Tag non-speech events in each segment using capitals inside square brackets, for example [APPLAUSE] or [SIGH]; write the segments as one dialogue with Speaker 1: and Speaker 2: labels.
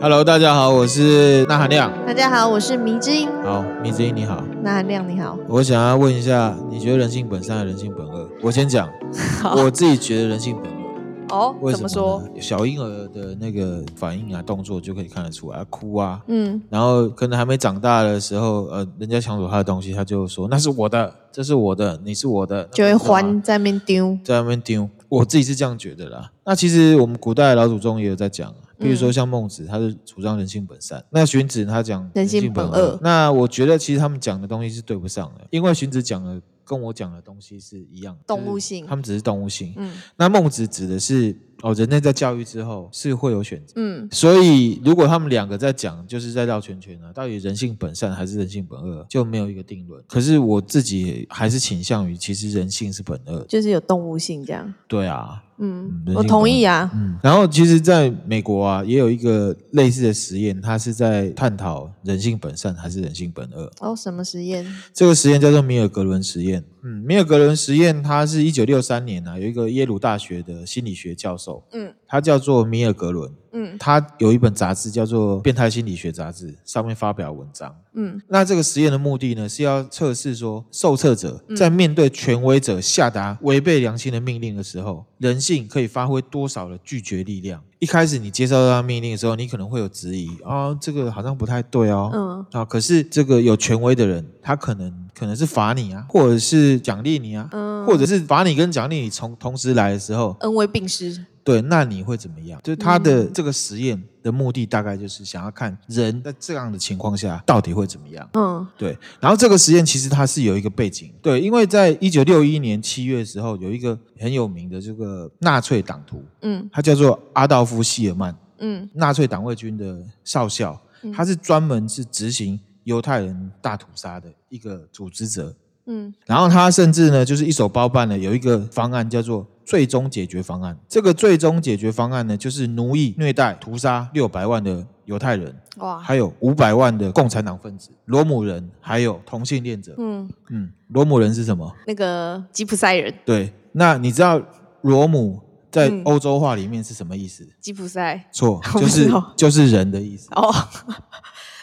Speaker 1: Hello，大家好，我是那含亮。
Speaker 2: 大家好，我是迷之音，
Speaker 1: 好，米子英你好，
Speaker 2: 那韩亮你好，
Speaker 1: 我想要问一下，你觉得人性本善还是人性本恶？我先讲，
Speaker 2: 好
Speaker 1: 我自己觉得人性本恶。
Speaker 2: [LAUGHS] 哦
Speaker 1: 为什呢？小婴儿的那个反应啊，动作就可以看得出来，哭啊，
Speaker 2: 嗯，
Speaker 1: 然后可能还没长大的时候，呃，人家抢走他的东西，他就说那是我的，这是我的，你是我的，
Speaker 2: 就会
Speaker 1: 那不是我啊
Speaker 2: 还在面丢，
Speaker 1: 在那边丢。我自己是这样觉得啦。那其实我们古代的老祖宗也有在讲啊，
Speaker 2: 嗯
Speaker 1: 比如说像孟子，他是主张人性本善；那荀子他讲
Speaker 2: 人性
Speaker 1: 本
Speaker 2: 本恶
Speaker 1: 那我觉得其实他们讲的东西是对不上的，因为荀子讲的跟我讲的东西是一样的，
Speaker 2: 动物
Speaker 1: 就是
Speaker 2: 性
Speaker 1: 他们只是动物性。
Speaker 2: 嗯
Speaker 1: 那孟子指的是哦，人类在教育之后是会有选择。
Speaker 2: 嗯，
Speaker 1: 所以，如果他们两个在讲，就是在绕圈圈啊，到底人性本善还是人性本恶，就没有一个定论。可是我自己还是倾向于，其实人性是本恶的。
Speaker 2: 就是有动物性这样，
Speaker 1: 对啊，
Speaker 2: 嗯
Speaker 1: 嗯人，性
Speaker 2: 我同意啊，
Speaker 1: 嗯。然后，其实在美国啊，也有一个类似的实验，它是在探讨人性本善还是人性本恶。
Speaker 2: 哦，什么实验？
Speaker 1: 这个实验叫做米尔格伦实验。嗯，米尔格伦实验，它是一九六三年啊，有一个耶鲁大学的心理学教授，
Speaker 2: 嗯
Speaker 1: 他叫做米尔格伦。
Speaker 2: 嗯
Speaker 1: 他有一本杂志叫做《变态心理学杂志》，上面发表文章。
Speaker 2: 嗯
Speaker 1: 那这个实验的目的呢，是要测试说，受测者
Speaker 2: 嗯
Speaker 1: 在面对权威者下达违背良心的命令的时候，人性可以发挥多少的拒绝力量。一开始你接受到他命令的时候，你可能会有质疑啊、这个好像不太对哦。
Speaker 2: 嗯
Speaker 1: 啊，可是这个有权威的人，他可能可能是罚你啊，或者是奖励你啊，
Speaker 2: 嗯，
Speaker 1: 或者是罚你跟奖励你从同时来的时候，
Speaker 2: 恩威并施，
Speaker 1: 对，那你会怎么样？就是他的
Speaker 2: 嗯
Speaker 1: 这个实验的目的，大概就是想要看人在这样的情况下到底会怎么样。
Speaker 2: 嗯
Speaker 1: 对，然后这个实验其实它是有一个背景，对，因为在一九六一年七月的时候，有一个很有名的这个纳粹党徒，
Speaker 2: 嗯
Speaker 1: 他叫做阿道夫·希尔曼，
Speaker 2: 嗯
Speaker 1: 纳粹党卫军的少校，
Speaker 2: 嗯
Speaker 1: 他是专门是执行犹太人大屠杀的一个组织者。
Speaker 2: 嗯
Speaker 1: 然后他甚至呢，就是一手包办了有一个方案叫做最终解决方案。这个最终解决方案呢，就是奴役、虐待、屠杀六百万的犹太人，
Speaker 2: 哇，
Speaker 1: 还有五百万的共产党分子、罗姆人，还有同性恋者。
Speaker 2: 嗯，
Speaker 1: 嗯，罗姆人是什么？
Speaker 2: 那个吉普赛人，
Speaker 1: 对，那你知道罗姆在
Speaker 2: 嗯
Speaker 1: 欧洲话里面是什么意思？
Speaker 2: 吉普赛，
Speaker 1: 错，就
Speaker 2: 我不
Speaker 1: 是
Speaker 2: 知道
Speaker 1: 就是人的意思。
Speaker 2: 哦， [LAUGHS]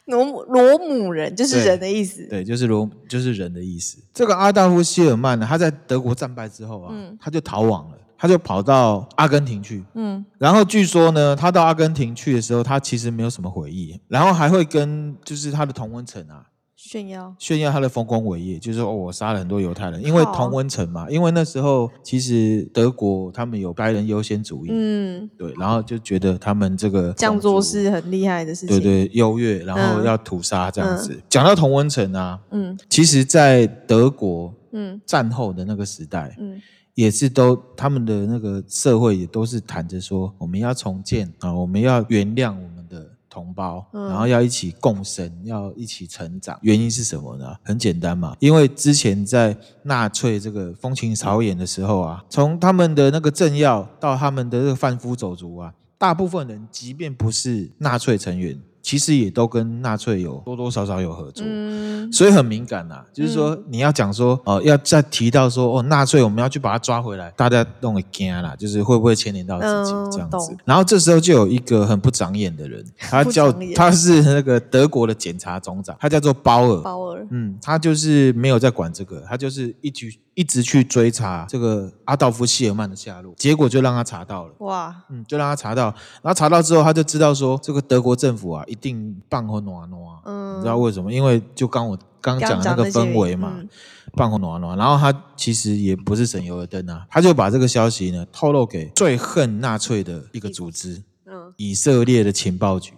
Speaker 2: 罗姆罗姆人就是人的意思，
Speaker 1: 对，就是罗，就是人的意思。这个阿道夫·希尔曼呢，他在德国战败之后啊，
Speaker 2: 嗯
Speaker 1: 他就逃亡了，他就跑到阿根廷去。
Speaker 2: 嗯
Speaker 1: 然后据说呢，他到阿根廷去的时候，他其实没有什么回忆，然后还会跟就是他的同温层啊
Speaker 2: 炫耀，
Speaker 1: 炫耀他的丰功伟业，就是说、哦、我杀了很多犹太人，因为
Speaker 2: 好
Speaker 1: 同温层嘛，因为那时候其实德国他们有白人优先主义，
Speaker 2: 嗯，
Speaker 1: 对，然后就觉得他们这个
Speaker 2: 这样
Speaker 1: 种
Speaker 2: 做
Speaker 1: 族
Speaker 2: 是很厉害的事情，
Speaker 1: 对，对优越，然后
Speaker 2: 嗯
Speaker 1: 要屠杀这样子。讲到同温层啊，
Speaker 2: 嗯
Speaker 1: 其实，在德国
Speaker 2: 嗯
Speaker 1: 战后的那个时代，
Speaker 2: 嗯
Speaker 1: 也是都他们的那个社会也都是谈着说，我们要重建啊，我们要原谅我们的同胞，
Speaker 2: 嗯
Speaker 1: 然后要一起共生，要一起成长。原因是什么呢？很简单嘛，因为之前在纳粹这个风情草野的时候啊，从他们的那个政要到他们的这个贩夫走卒啊，大部分人即便不是纳粹成员，其实也都跟纳粹有多多少少有合作。
Speaker 2: 嗯
Speaker 1: 所以很敏感呐、就是说你要讲说哦、要再提到说哦，纳粹我们要去把他抓回来，大家都会惊啊啦，就是会不会牵连到自己、
Speaker 2: 嗯
Speaker 1: 这样子
Speaker 2: 懂。
Speaker 1: 然后这时候就有一个很不长眼
Speaker 2: [LAUGHS]
Speaker 1: 的人，他
Speaker 2: 不
Speaker 1: 叫
Speaker 2: 长眼
Speaker 1: 他是那个德国的检察总长，他叫做鲍尔。
Speaker 2: 包尔，
Speaker 1: 嗯，他就是没有在管这个，他就是一直一直去追查这个阿道夫·希尔曼的下落，结果就让他查到了。
Speaker 2: 哇，
Speaker 1: 嗯，就让他查到，然后查到之后，他就知道说这个德国政府啊，一定棒和暖暖，
Speaker 2: 嗯
Speaker 1: 你知道为什么？因为就刚我刚
Speaker 2: 刚
Speaker 1: 讲的那
Speaker 2: 讲
Speaker 1: 个
Speaker 2: 那些
Speaker 1: 氛围嘛，
Speaker 2: 嗯
Speaker 1: 棒和暖暖。然后他其实也不是省油的灯啊，他就把这个消息呢透露给最恨纳粹的一个组织
Speaker 2: 嗯
Speaker 1: ——以色列的情报
Speaker 2: [LAUGHS]
Speaker 1: 局，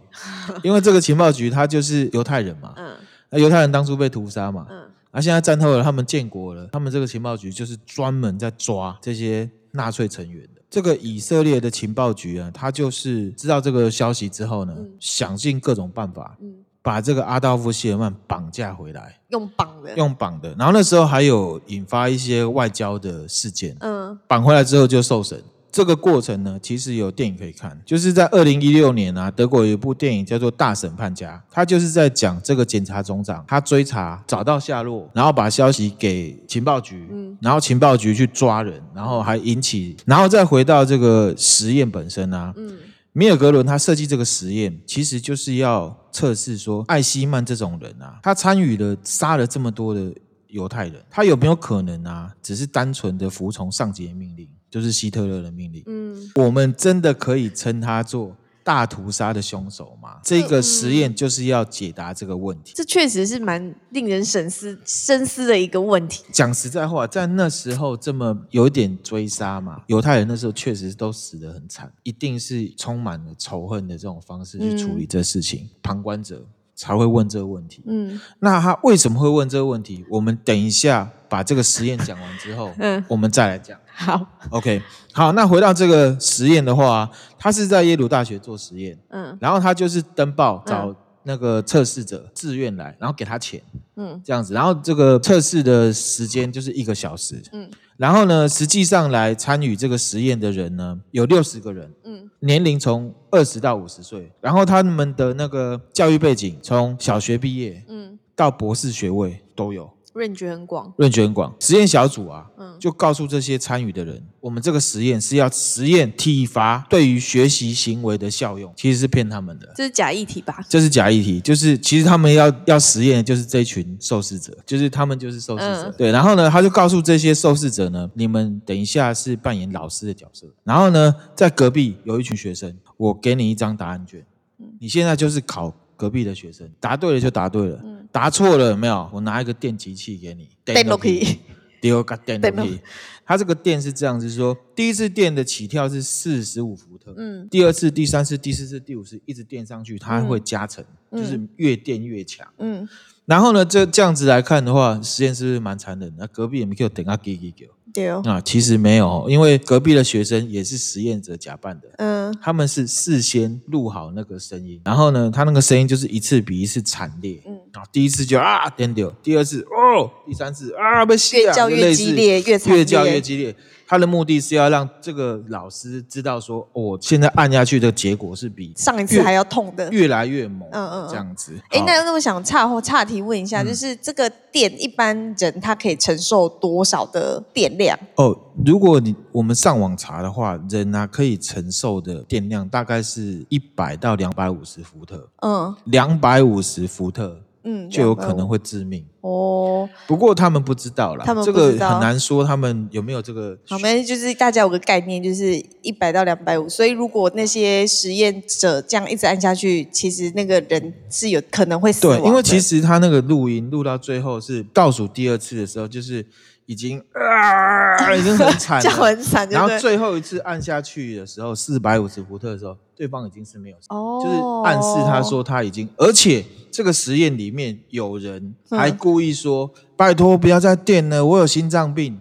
Speaker 1: 因为这个情报局他就是犹太人嘛，
Speaker 2: 嗯
Speaker 1: 那犹太人当初被屠杀嘛，
Speaker 2: 嗯
Speaker 1: 啊，现在战后了，他们建国了，他们这个情报局就是专门在抓这些纳粹成员的。这个以色列的情报局啊，他就是知道这个消息之后呢，
Speaker 2: 嗯
Speaker 1: 想尽各种办法
Speaker 2: 嗯，
Speaker 1: 把这个阿道夫·希尔曼绑架回来，
Speaker 2: 用绑的，
Speaker 1: 用绑的。然后那时候还有引发一些外交的事件，
Speaker 2: 嗯
Speaker 1: 绑回来之后就受审。这个过程呢，其实有电影可以看，就是在二零一六年啊，德国有一部电影叫做《大审判家》，他就是在讲这个检察总长，他追查找到下落，然后把消息给情报局，
Speaker 2: 嗯
Speaker 1: 然后情报局去抓人，然后还引起，然后再回到这个实验本身啊，
Speaker 2: 嗯
Speaker 1: 米尔格伦他设计这个实验，其实就是要测试说，艾希曼这种人啊，他参与了杀了这么多的犹太人，他有没有可能啊，只是单纯的服从上级的命令，就是希特勒的命令？
Speaker 2: 嗯，
Speaker 1: 我们真的可以称他做大屠杀的凶手吗？这个实验就是要解答这个问题。
Speaker 2: 这确实是蛮令人深思深思的一个问题。
Speaker 1: 讲实在话，在那时候这么有一点追杀嘛，犹太人那时候确实都死得很惨，一定是充满了仇恨的这种方式去处理这事情，旁观者才会问这个问题。
Speaker 2: 嗯
Speaker 1: 那他为什么会问这个问题？我们等一下把这个实验讲完之后，
Speaker 2: 嗯，
Speaker 1: 我们再来讲。
Speaker 2: 好，
Speaker 1: OK，好，那回到这个实验的话，啊他是在耶鲁大学做实验，
Speaker 2: 嗯
Speaker 1: 然后他就是登报找
Speaker 2: 嗯
Speaker 1: 那个测试者自愿来，然后给他钱
Speaker 2: 嗯
Speaker 1: 这样子，然后这个测试的时间就是一个小时，
Speaker 2: 嗯
Speaker 1: 然后呢，实际上来参与这个实验的人呢有六十个人，
Speaker 2: 嗯
Speaker 1: 年龄从二十到五十岁，然后他们的那个教育背景从小学毕业
Speaker 2: 嗯，
Speaker 1: 到博士学位都有，
Speaker 2: 润觉很广。
Speaker 1: 论卷广实验小组啊，
Speaker 2: 嗯
Speaker 1: 就告诉这些参与的人，我们这个实验是要实验体罚对于学习行为的效用，其实是骗他们的。
Speaker 2: 这是假议题吧？
Speaker 1: 这是假议题，就是其实他们要要实验的就是这群受试者，就是他们就是受试者，
Speaker 2: 嗯
Speaker 1: 对。然后呢，他就告诉这些受试者呢，你们等一下是扮演老师的角色，然后呢，在隔壁有一群学生，我给你一张答案卷，
Speaker 2: 嗯
Speaker 1: 你现在就是考隔壁的学生，答对了就答对了，答错了有没有？我拿一个电击器给你，
Speaker 2: 嗯电落去，
Speaker 1: 丢个电落
Speaker 2: 电落
Speaker 1: 去。它这个电是这样，就是说第一次电的起跳是四十五伏特，
Speaker 2: 嗯
Speaker 1: 第二次、第三次、第四次、第五次一直垫上去，它会加成，
Speaker 2: 嗯
Speaker 1: 就是越垫越强。
Speaker 2: 嗯，
Speaker 1: 然后呢，这这样子来看的话，实验是不是蛮残忍的？那隔壁也没有等啊，给给给
Speaker 2: 对哦，
Speaker 1: 啊，其实没有哦，因为隔壁的学生也是实验者假扮的。
Speaker 2: 嗯
Speaker 1: 他们是事先录好那个声音，然后呢，他那个声音就是一次比一次惨烈。嗯
Speaker 2: 嗯，
Speaker 1: 啊，第一次就啊颠掉，第二次哦，第三次啊被吓，
Speaker 2: 越叫越
Speaker 1: 就类似
Speaker 2: 激烈越惨烈
Speaker 1: 越叫越激烈。他的目的是要让这个老师知道说，哦我、现在按下去的结果是比
Speaker 2: 上一次还要痛的。
Speaker 1: 越来越猛，
Speaker 2: 嗯嗯嗯
Speaker 1: 这样子。
Speaker 2: 哎
Speaker 1: 好，
Speaker 2: 那那我想岔或岔题问一下，就是这个电一般人他可以承受多少的电量？
Speaker 1: 哦，如果你我们上网查的话，人啊可以承受的电量大概是一百到两百五十伏特，
Speaker 2: 嗯
Speaker 1: 两百五十伏特
Speaker 2: 嗯，
Speaker 1: 就有可能
Speaker 2: 250
Speaker 1: 会致命。
Speaker 2: 哦。
Speaker 1: 不过他们不知道啦，
Speaker 2: 他们
Speaker 1: 这
Speaker 2: 不
Speaker 1: 个
Speaker 2: 知道
Speaker 1: 很难说他们有没有这个。
Speaker 2: 好，没关系就是大家有个概念，就是一百到两百五。所以如果那些实验者这样一直按下去，其实那个人是有可能会死亡
Speaker 1: 对，
Speaker 2: 的。
Speaker 1: 因为其实他那个录音录到最后是倒数第二次的时候，就是已经啊，已经很
Speaker 2: [LAUGHS]
Speaker 1: 惨
Speaker 2: 这样
Speaker 1: 了。
Speaker 2: 很惨，对
Speaker 1: 然
Speaker 2: 不
Speaker 1: 后
Speaker 2: 对？
Speaker 1: 最后一次按下去的时候，四百五十伏特的时候，对方已经是没有，
Speaker 2: 哦
Speaker 1: 就是暗示他说他已经，而且这个实验里面有人
Speaker 2: 嗯
Speaker 1: 还故意说：“拜托不要再电了，我有心脏病。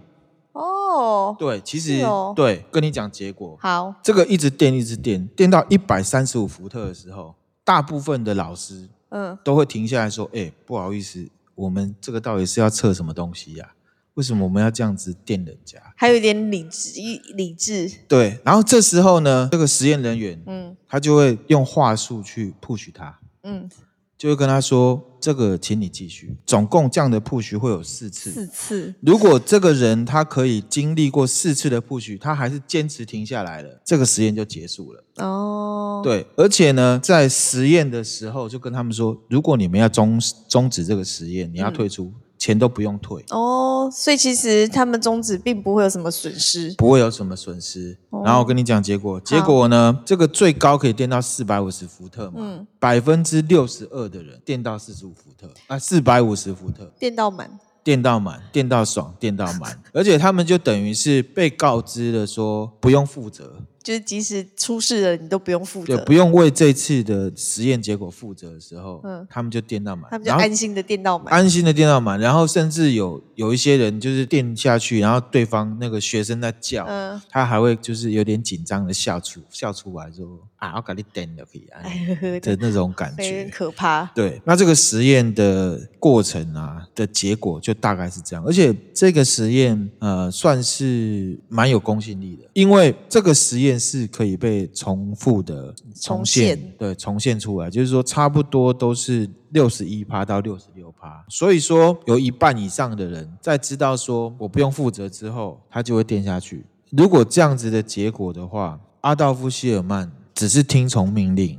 Speaker 2: 哦”，
Speaker 1: 对，其实
Speaker 2: 是哦
Speaker 1: 对，跟你讲结果，
Speaker 2: 好，
Speaker 1: 这个一直电一直电，电到一百三十五伏特的时候，大部分的老师
Speaker 2: 嗯，
Speaker 1: 都会停下来说：“哎、不好意思，我们这个到底是要测什么东西呀、为什么我们要这样子电人家
Speaker 2: 还有一点理智，一理智，？”
Speaker 1: 对，然后这时候呢，这个实验人员
Speaker 2: 嗯
Speaker 1: 他就会用话术去 push 他，
Speaker 2: 嗯，
Speaker 1: 就会跟他说：“这个，请你继续。”总共这样的 push 会有四次。
Speaker 2: 四次，
Speaker 1: 如果这个人他可以经历过四次的 push，他还是坚持停下来了，这个实验就结束了。
Speaker 2: 哦，，
Speaker 1: 对，而且呢，在实验的时候就跟他们说，如果你们要终终止这个实验，你要退出，钱都不用退，
Speaker 2: 哦，所以其实他们终止并不会有什么损失，
Speaker 1: 不会有什么损失。
Speaker 2: 哦
Speaker 1: 然后我跟你讲结果，结果呢，这个最高可以电到四百五十伏特嘛
Speaker 2: 嗯，
Speaker 1: 百分之六十二的人电到四十五伏特啊，四百五十伏特。
Speaker 2: 电到满，
Speaker 1: 电到满，电到爽，电到
Speaker 2: [LAUGHS]
Speaker 1: 满，而且他们就等于是被告知了说不用负责，
Speaker 2: 就是即使出事了，你都不用负
Speaker 1: 对，
Speaker 2: 责
Speaker 1: 不，用为这次的实验结果负责的时候，
Speaker 2: 嗯
Speaker 1: 他们就电到满，
Speaker 2: 他们就
Speaker 1: 然后
Speaker 2: 安心的电到 [LAUGHS] 满，
Speaker 1: 安心的电到满，然后甚至有有一些人就是电下去，然后对方那个学生在叫，
Speaker 2: 嗯
Speaker 1: 他还会就是有点紧张的笑出笑出来说啊，我给你电了可以啊
Speaker 2: 哎呵呵
Speaker 1: [LAUGHS] 的
Speaker 2: 的，
Speaker 1: 那种感
Speaker 2: 有点
Speaker 1: 觉。
Speaker 2: 可怕，
Speaker 1: 对，那这个实验的过程啊的结果就大概是这样，而且这个实验呃算是蛮有公信力的，因为这个实验是可以被重复的
Speaker 2: 重现
Speaker 1: 对重现出来，就是说差不多都是六十一趴到六十六趴，所以说有一半以上的人在知道说我不用负责之后，他就会垫下去。如果这样子的结果的话，阿道夫·希尔曼只是听从命令，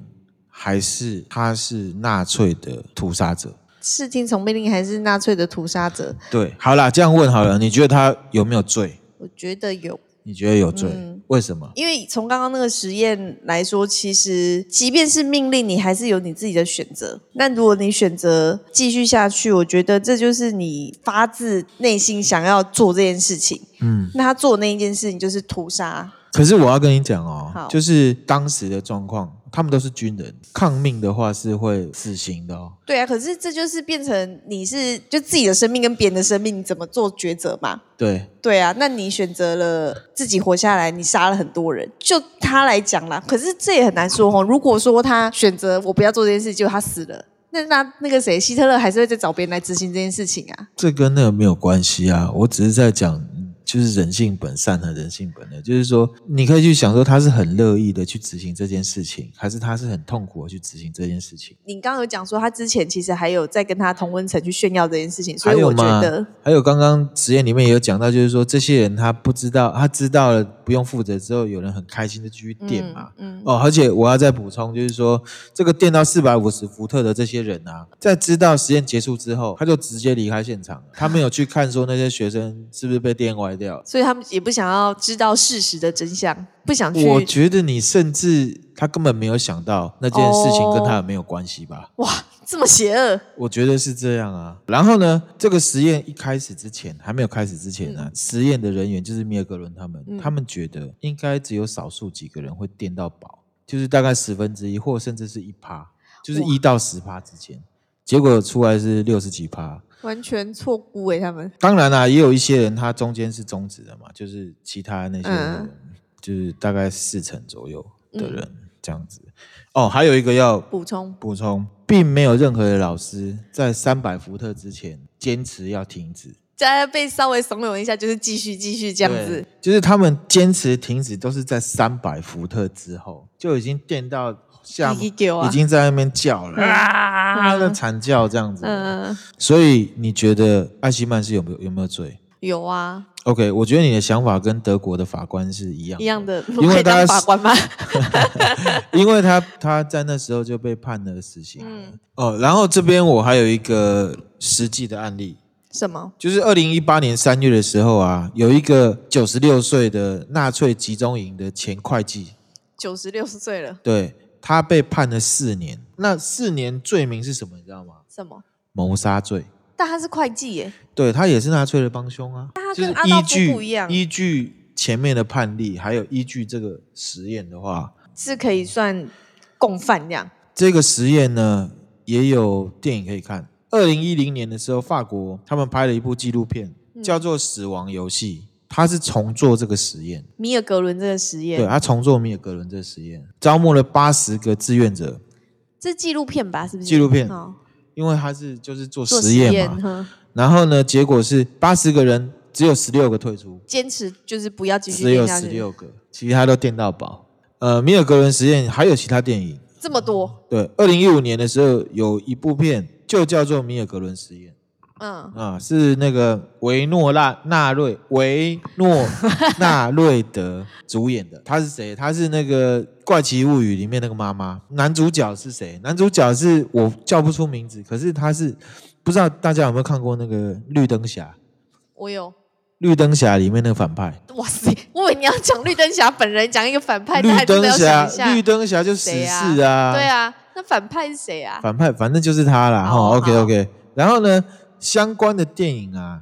Speaker 1: 还是他是纳粹的屠杀者？
Speaker 2: 是听从命令还是纳粹的屠杀者？
Speaker 1: 对，好啦，这样问好了，你觉得他有没有罪？
Speaker 2: 我觉得有，
Speaker 1: 你觉得有罪？
Speaker 2: 嗯
Speaker 1: 为什么？
Speaker 2: 因为从刚刚那个实验来说，其实即便是命令，你还是有你自己的选择。那如果你选择继续下去，我觉得这就是你发自内心想要做这件事情。
Speaker 1: 嗯，
Speaker 2: 那他做那一件事情就是屠杀，
Speaker 1: 可是我要跟你讲哦
Speaker 2: 好，
Speaker 1: 就是当时的状况，他们都是军人，抗命的话是会死刑的哦。
Speaker 2: 对啊。可是这就是变成你是就自己的生命跟别人的生命，你怎么做抉择嘛？
Speaker 1: 对，
Speaker 2: 对啊，那你选择了自己活下来，你杀了很多人，就他来讲啦。可是这也很难说哦。如果说他选择我不要做这件事，结果他死了，那那那个谁，希特勒还是会再找别人来执行这件事情啊。
Speaker 1: 这跟那个没有关系啊，我只是在讲，嗯就是人性本善和人性本恶，就是说，你可以去想说他是很乐意的去执行这件事情，还是他是很痛苦的去执行这件事情。
Speaker 2: 你刚刚有讲说，他之前其实还有在跟他同温层去炫耀这件事情，所
Speaker 1: 还
Speaker 2: 以
Speaker 1: 有
Speaker 2: 我觉
Speaker 1: 吗
Speaker 2: 得，？
Speaker 1: 还有刚刚实验里面也有讲到，就是说这些人他不知道，他知道了不用负责之后，有人很开心的继续电嘛。
Speaker 2: 嗯，
Speaker 1: 哦，而且我要再补充，就是说这个电到四百五十伏特的这些人啊，在知道实验结束之后，他就直接离开现
Speaker 2: [LAUGHS]
Speaker 1: 场了，他没有去看说那些学生是不是被电歪掉。
Speaker 2: 所以他们也不想要知道事实的真相，不想去。
Speaker 1: 我觉得你甚至他根本没有想到那件事情跟他没有关系吧？
Speaker 2: 哇，这么邪恶，
Speaker 1: 我觉得是这样啊。然后呢，这个实验一开始之前，还没有开始之前呢、啊
Speaker 2: 嗯
Speaker 1: 实验的人员就是米尔格伦他们，他们觉得应该只有少数几个人会电到饱，就是大概十分之一或甚至是一趴，就是一到十趴之间。结果出来是六十几趴。
Speaker 2: 完全错估欸诶、他们。
Speaker 1: 当然啦、也有一些人他中间是终止的嘛，就是其他那些人，
Speaker 2: 嗯
Speaker 1: 就是大概四成左右的人、这样子。哦，还有一个要
Speaker 2: 补充，
Speaker 1: 补充，并没有任何的老师在三百伏特之前坚持要停止。
Speaker 2: 再被稍微怂恿一下，就是继续继续这
Speaker 1: 这
Speaker 2: 样子。
Speaker 1: 就是他们坚持停止都是在三百伏特之后，就已经电到下，
Speaker 2: 叽叽叫啊
Speaker 1: 已经在那边叫了啊，那惨叫这样子。
Speaker 2: 嗯，
Speaker 1: 所以你觉得艾希曼是有没有有没有罪
Speaker 2: 有啊，
Speaker 1: ？OK，我觉得你的想法跟德国的法官是一样
Speaker 2: 一样的，
Speaker 1: 因
Speaker 2: 我可
Speaker 1: 为
Speaker 2: 以
Speaker 1: 大
Speaker 2: 当
Speaker 1: 家
Speaker 2: 法官吗？
Speaker 1: [LAUGHS] 因为他他在那时候就被判了死刑了。
Speaker 2: 嗯
Speaker 1: 哦，然后这边我还有一个实际的案例，
Speaker 2: [LAUGHS] 什么？
Speaker 1: 就是二零一八年三月的时候啊，有一个九十六岁的纳粹集中营的前会计，
Speaker 2: 九十六岁了，
Speaker 1: 对他被判了四年。那四年罪名是什么？你知道吗？
Speaker 2: 什么？
Speaker 1: 谋杀罪。
Speaker 2: 但他是会计耶，
Speaker 1: 对他也是纳粹的帮凶啊，
Speaker 2: 那他
Speaker 1: 就是
Speaker 2: 跟阿
Speaker 1: 依
Speaker 2: 道夫不
Speaker 1: 据
Speaker 2: 一样
Speaker 1: 依据前面的判例，还有依据这个实验的话，
Speaker 2: 是可以算共犯这样。
Speaker 1: 这个实验呢，也有电影可以看。二零一零年的时候，法国他们拍了一部纪录片，
Speaker 2: 嗯
Speaker 1: 叫做《死亡游戏》，它是重做这个实验，
Speaker 2: 米尔格伦这个实
Speaker 1: 对啊
Speaker 2: 验，
Speaker 1: 他重做米尔格伦这个实验，招募了八十个志愿者，
Speaker 2: 这是纪录片吧？是不是？
Speaker 1: 纪录片
Speaker 2: 哦
Speaker 1: 因为他是就是做
Speaker 2: 做
Speaker 1: 实验嘛。 [LAUGHS]
Speaker 2: 哼
Speaker 1: 然后呢，结果是八十个人只有十六个退出，
Speaker 2: 坚持就是不要继续
Speaker 1: 只有
Speaker 2: 练下
Speaker 1: 十
Speaker 2: 去，
Speaker 1: 六个，其他都电到饱。呃，米尔格伦实验还有其他电影，
Speaker 2: 这么多，
Speaker 1: 对，二零一五年的时候有一部片就叫做《米尔格伦实验》。
Speaker 2: 嗯，
Speaker 1: 啊，是那个维诺纳纳瑞维诺
Speaker 2: [LAUGHS]
Speaker 1: 纳瑞德主演的，他是谁？他是那个《怪奇物语》里面那个妈妈。男主角是谁？男主角是我叫不出名字，可是他是不知道大家有没有看过那个《绿灯侠》？《
Speaker 2: 我有。
Speaker 1: 绿灯侠》里面那个反派，
Speaker 2: 哇塞！我以为你要讲绿灯侠本人，讲一个反派，大
Speaker 1: 绿
Speaker 2: 家
Speaker 1: 灯
Speaker 2: 真的要
Speaker 1: 侠
Speaker 2: 想一，下
Speaker 1: 绿灯侠就死
Speaker 2: 谁啊
Speaker 1: 侍啊，
Speaker 2: 对啊，那反派是谁啊？
Speaker 1: 反派反正就是他啦。哈、
Speaker 2: 哦
Speaker 1: o k
Speaker 2: 好
Speaker 1: OK。然后呢，相关的电影啊，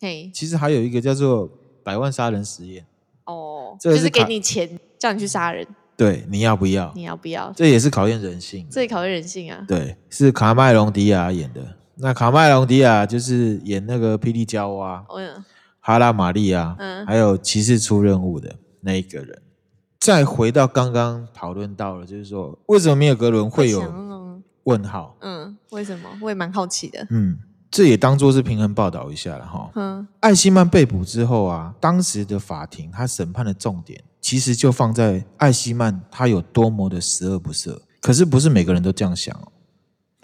Speaker 2: 嘿，
Speaker 1: 其实还有一个叫做《百万杀人实验》。
Speaker 2: 哦，
Speaker 1: 这个
Speaker 2: 就是是给
Speaker 1: 卡
Speaker 2: 你钱叫你去杀人，
Speaker 1: 对，你要不要？
Speaker 2: 你要不要？
Speaker 1: 这也是考验人性的。
Speaker 2: 这考验人性啊！
Speaker 1: 对，是卡麦隆迪亚演的。那卡麦隆迪亚就是演那个霹雳娇娃、
Speaker 2: 嗯
Speaker 1: 哈拉玛丽啊，
Speaker 2: 嗯
Speaker 1: 还有骑士出任务的那一个人。再回到刚刚讨论到了，就是说为什么米尔格伦会
Speaker 2: 我想
Speaker 1: 有
Speaker 2: 那种
Speaker 1: 问号？
Speaker 2: 嗯，为什么？我也蛮好奇的。
Speaker 1: 嗯，这也当做是平衡报道一下了哈。
Speaker 2: 嗯，
Speaker 1: 艾希曼被捕之后啊，当时的法庭他审判的重点其实就放在艾希曼他有多么的十恶不赦。可是不是每个人都这样想哦。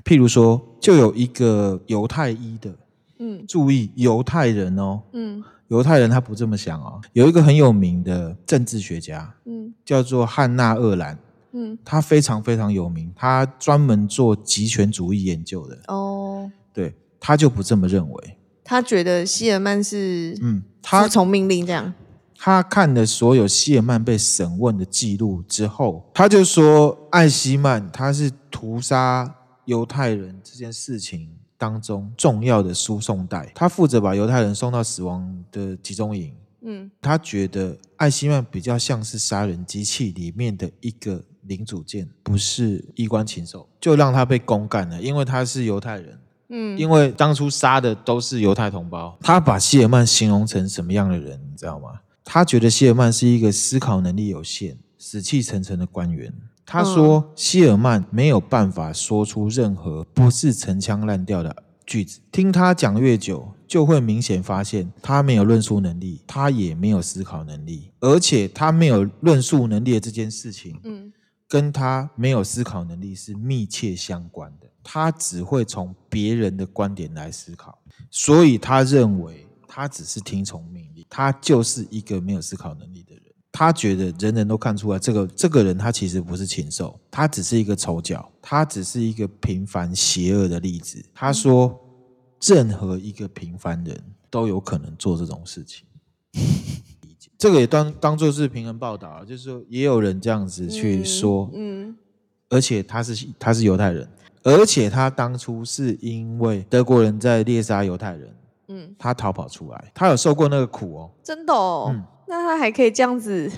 Speaker 1: 譬如说，就有一个犹太裔的，
Speaker 2: 嗯
Speaker 1: 注意犹太人哦，
Speaker 2: 嗯
Speaker 1: 犹太人他不这么想哦。有一个很有名的政治学家
Speaker 2: 嗯
Speaker 1: 叫做汉娜·厄兰，
Speaker 2: 嗯，
Speaker 1: 他非常非常有名，他专门做极权主义研究的，
Speaker 2: 哦，
Speaker 1: 对，他就不这么认为。
Speaker 2: 他觉得希尔曼是
Speaker 1: 嗯，他
Speaker 2: 服从命令这样，
Speaker 1: 他看了所有希尔曼被审问的记录之后，他就说艾希曼他是屠杀犹太人这件事情当中重要的输送带，他负责把犹太人送到死亡的集中营。
Speaker 2: 嗯
Speaker 1: 他觉得艾希曼比较像是杀人机器里面的一个零组件，不是衣冠禽兽，就让他被公干了，因为他是犹太人。
Speaker 2: 嗯，
Speaker 1: 因为当初杀的都是犹太同胞。他把希尔曼形容成什么样的人，你知道吗？他觉得希尔曼是一个思考能力有限、死气沉沉的官员。他说，希尔曼没有办法说出任何不是陈腔滥调的句子。听他讲越久，就会明显发现他没有论述能力，他也没有思考能力，而且他没有论述能力的这件事情，
Speaker 2: 嗯
Speaker 1: 跟他没有思考能力是密切相关的。他只会从别人的观点来思考，所以他认为他只是听从命令，他就是一个没有思考能力的人。他觉得人人都看出来，这个这个人他其实不是禽兽，他只是一个丑角，他只是一个平凡邪恶的例子。他说，任何一个平凡人都有可能做这种事情。 [LAUGHS] 这个也当当做是平衡报道啊，就是说也有人这样子去说，
Speaker 2: 嗯
Speaker 1: 而且他是他是犹太人，而且他当初是因为德国人在猎杀犹太人，
Speaker 2: 嗯，
Speaker 1: 他逃跑出来，他有受过那个苦哦，
Speaker 2: 真的哦，
Speaker 1: 嗯
Speaker 2: 那他还可以这样子，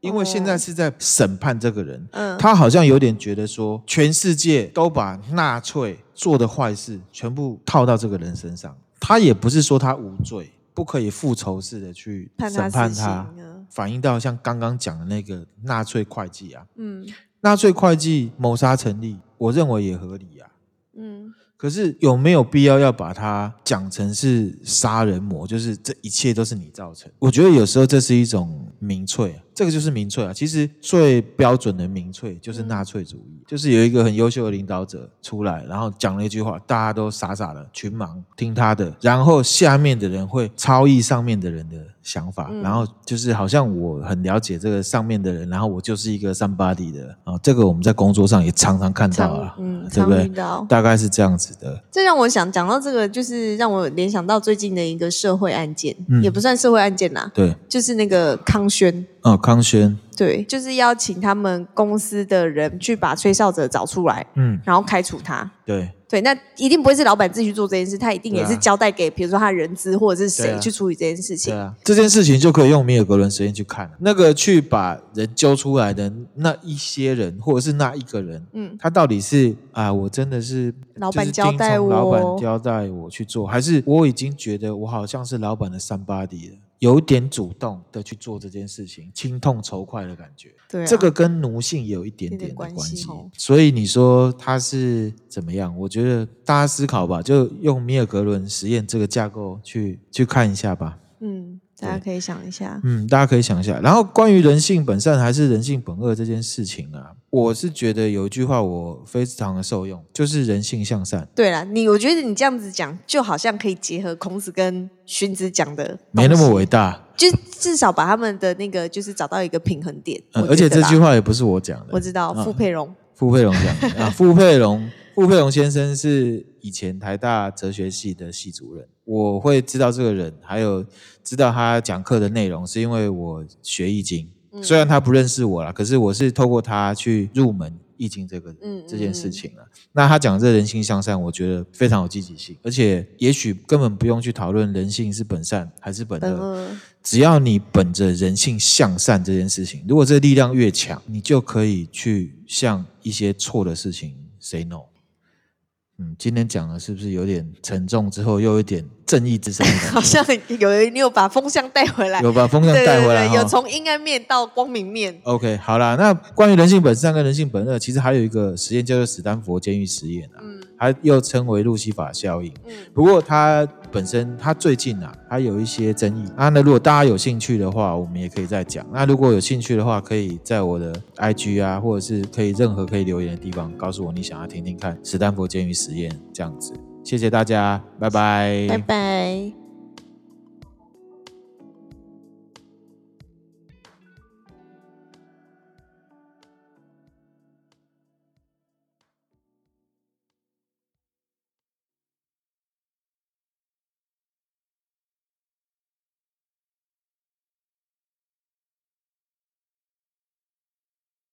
Speaker 1: 因为现在
Speaker 2: 哦
Speaker 1: 是在审判这个人，
Speaker 2: 嗯，
Speaker 1: 他好像有点觉得说，全世界都把纳粹做的坏事全部套到这个人身上，他也不是说他无罪，不可以复仇式的去
Speaker 2: 判
Speaker 1: 审
Speaker 2: 他
Speaker 1: 判
Speaker 2: 死
Speaker 1: 他，
Speaker 2: 刑啊，
Speaker 1: 反映到像刚刚讲的那个纳粹会计啊，
Speaker 2: 嗯
Speaker 1: 纳粹会计谋杀成立，我认为也合理啊。
Speaker 2: 嗯
Speaker 1: 可是有没有必要要把它讲成是杀人魔？就是这一切都是你造成？我觉得有时候这是一种民粹、啊，这个就是民粹啊。其实最标准的民粹就是纳粹主义，就是有一个很优秀的领导者出来，然后讲了一句话，大家都傻傻的群盲听他的，然后下面的人会超意上面的人的想法，
Speaker 2: 嗯
Speaker 1: 然后就是好像我很了解这个上面的人，然后我就是一个 somebody 的啊。这个我们在工作上也常常看到
Speaker 2: 常
Speaker 1: 啊，
Speaker 2: 嗯
Speaker 1: 对
Speaker 2: 常
Speaker 1: 不对
Speaker 2: 遇？到。
Speaker 1: 大概是这样子的。
Speaker 2: 这让我想讲到这个，就是让我联想到最近的一个社会案件，
Speaker 1: 嗯
Speaker 2: 也不算社会案件啦，
Speaker 1: 对，
Speaker 2: 就是那个康轩，
Speaker 1: 哦，康轩，
Speaker 2: 对，就是邀请他们公司的人去把吹哨者找出来，
Speaker 1: 嗯，
Speaker 2: 然后开除他。
Speaker 1: 对，
Speaker 2: 对，那一定不会是老板自己去做这件事，他一定也
Speaker 1: 对
Speaker 2: 是
Speaker 1: 啊
Speaker 2: 交代给，比如说他人资或者是
Speaker 1: 对
Speaker 2: 谁
Speaker 1: 啊
Speaker 2: 去处理这件事
Speaker 1: 对
Speaker 2: 情。
Speaker 1: 啊，这件事情就可以用米尔格伦实验去看，那个去把人揪出来的那一些人，或者是那一个人，
Speaker 2: 嗯，
Speaker 1: 他到底是啊，我真的是
Speaker 2: 老板
Speaker 1: 就是听从
Speaker 2: 交代我
Speaker 1: 老板交代我去做，还是我已经觉得我好像是老板的三八 d 了，有点主动的去做这件事情，轻痛仇快的感觉。
Speaker 2: 对啊
Speaker 1: 这个跟奴性有一点点的
Speaker 2: 有点
Speaker 1: 关
Speaker 2: 关系
Speaker 1: 系
Speaker 2: 哦，
Speaker 1: 所以你说它是怎么样？我觉得大家思考吧，就用米尔格伦实验这个架构去去看一下吧。
Speaker 2: 嗯，大家可以想一下，
Speaker 1: 嗯，大家可以想一下。然后关于人性本善还是人性本恶这件事情啊，我是觉得有一句话我非常的受用，就是人性向善。
Speaker 2: 对啦，你我觉得你这样子讲，就好像可以结合孔子跟荀子讲的，
Speaker 1: 没那么，伟大，
Speaker 2: 就至少把他们的那个就是找到一个平衡点。
Speaker 1: 呃
Speaker 2: 哦我觉
Speaker 1: 而且
Speaker 2: 得
Speaker 1: 这
Speaker 2: 啦
Speaker 1: 句话也不是我讲的，
Speaker 2: 我知道，
Speaker 1: 啊
Speaker 2: 傅佩荣，
Speaker 1: 傅佩荣讲
Speaker 2: [LAUGHS]
Speaker 1: 的啊。傅佩荣，傅佩荣先生是以前台大哲学系的系主任，我会知道这个人，还有知道他讲课的内容，是因为我学易经。
Speaker 2: 嗯
Speaker 1: 虽然他不认识我啦，可是我是透过他去入门易经这个
Speaker 2: 嗯
Speaker 1: 这件事
Speaker 2: 嗯
Speaker 1: 情啊。那他讲这人性向善，我觉得非常有积极性，而且也许根本不用去讨论人性是本善还是本
Speaker 2: 本
Speaker 1: 恶，
Speaker 2: 恶，
Speaker 1: 只要你本着人性向善这件事情，如果这力量越强，你就可以去向一些错的事情 say no。嗯，今天讲的是不是有点沉重？之后又有一点正义之声的
Speaker 2: 好
Speaker 1: 感
Speaker 2: 像有你有把风向带回来
Speaker 1: 觉，，有把风向
Speaker 2: 对
Speaker 1: 带
Speaker 2: 对
Speaker 1: 回来
Speaker 2: 对，有
Speaker 1: 哈
Speaker 2: 从阴暗面到光明面。
Speaker 1: OK，好啦，那关于人性本善跟人性本恶，其实还有一个实验叫做史丹佛监狱实验啊，它又称为路西法效应。
Speaker 2: 嗯
Speaker 1: 不过它本身，它最近啊，它有一些争议啊。那如果大家有兴趣的话，我们也可以再讲。那如果有兴趣的话，可以在我的 IG 啊，或者是可以任何可以留言的地方，告诉我你想要听听看史丹佛监狱实验这样子。谢谢大家，拜拜
Speaker 2: 拜拜。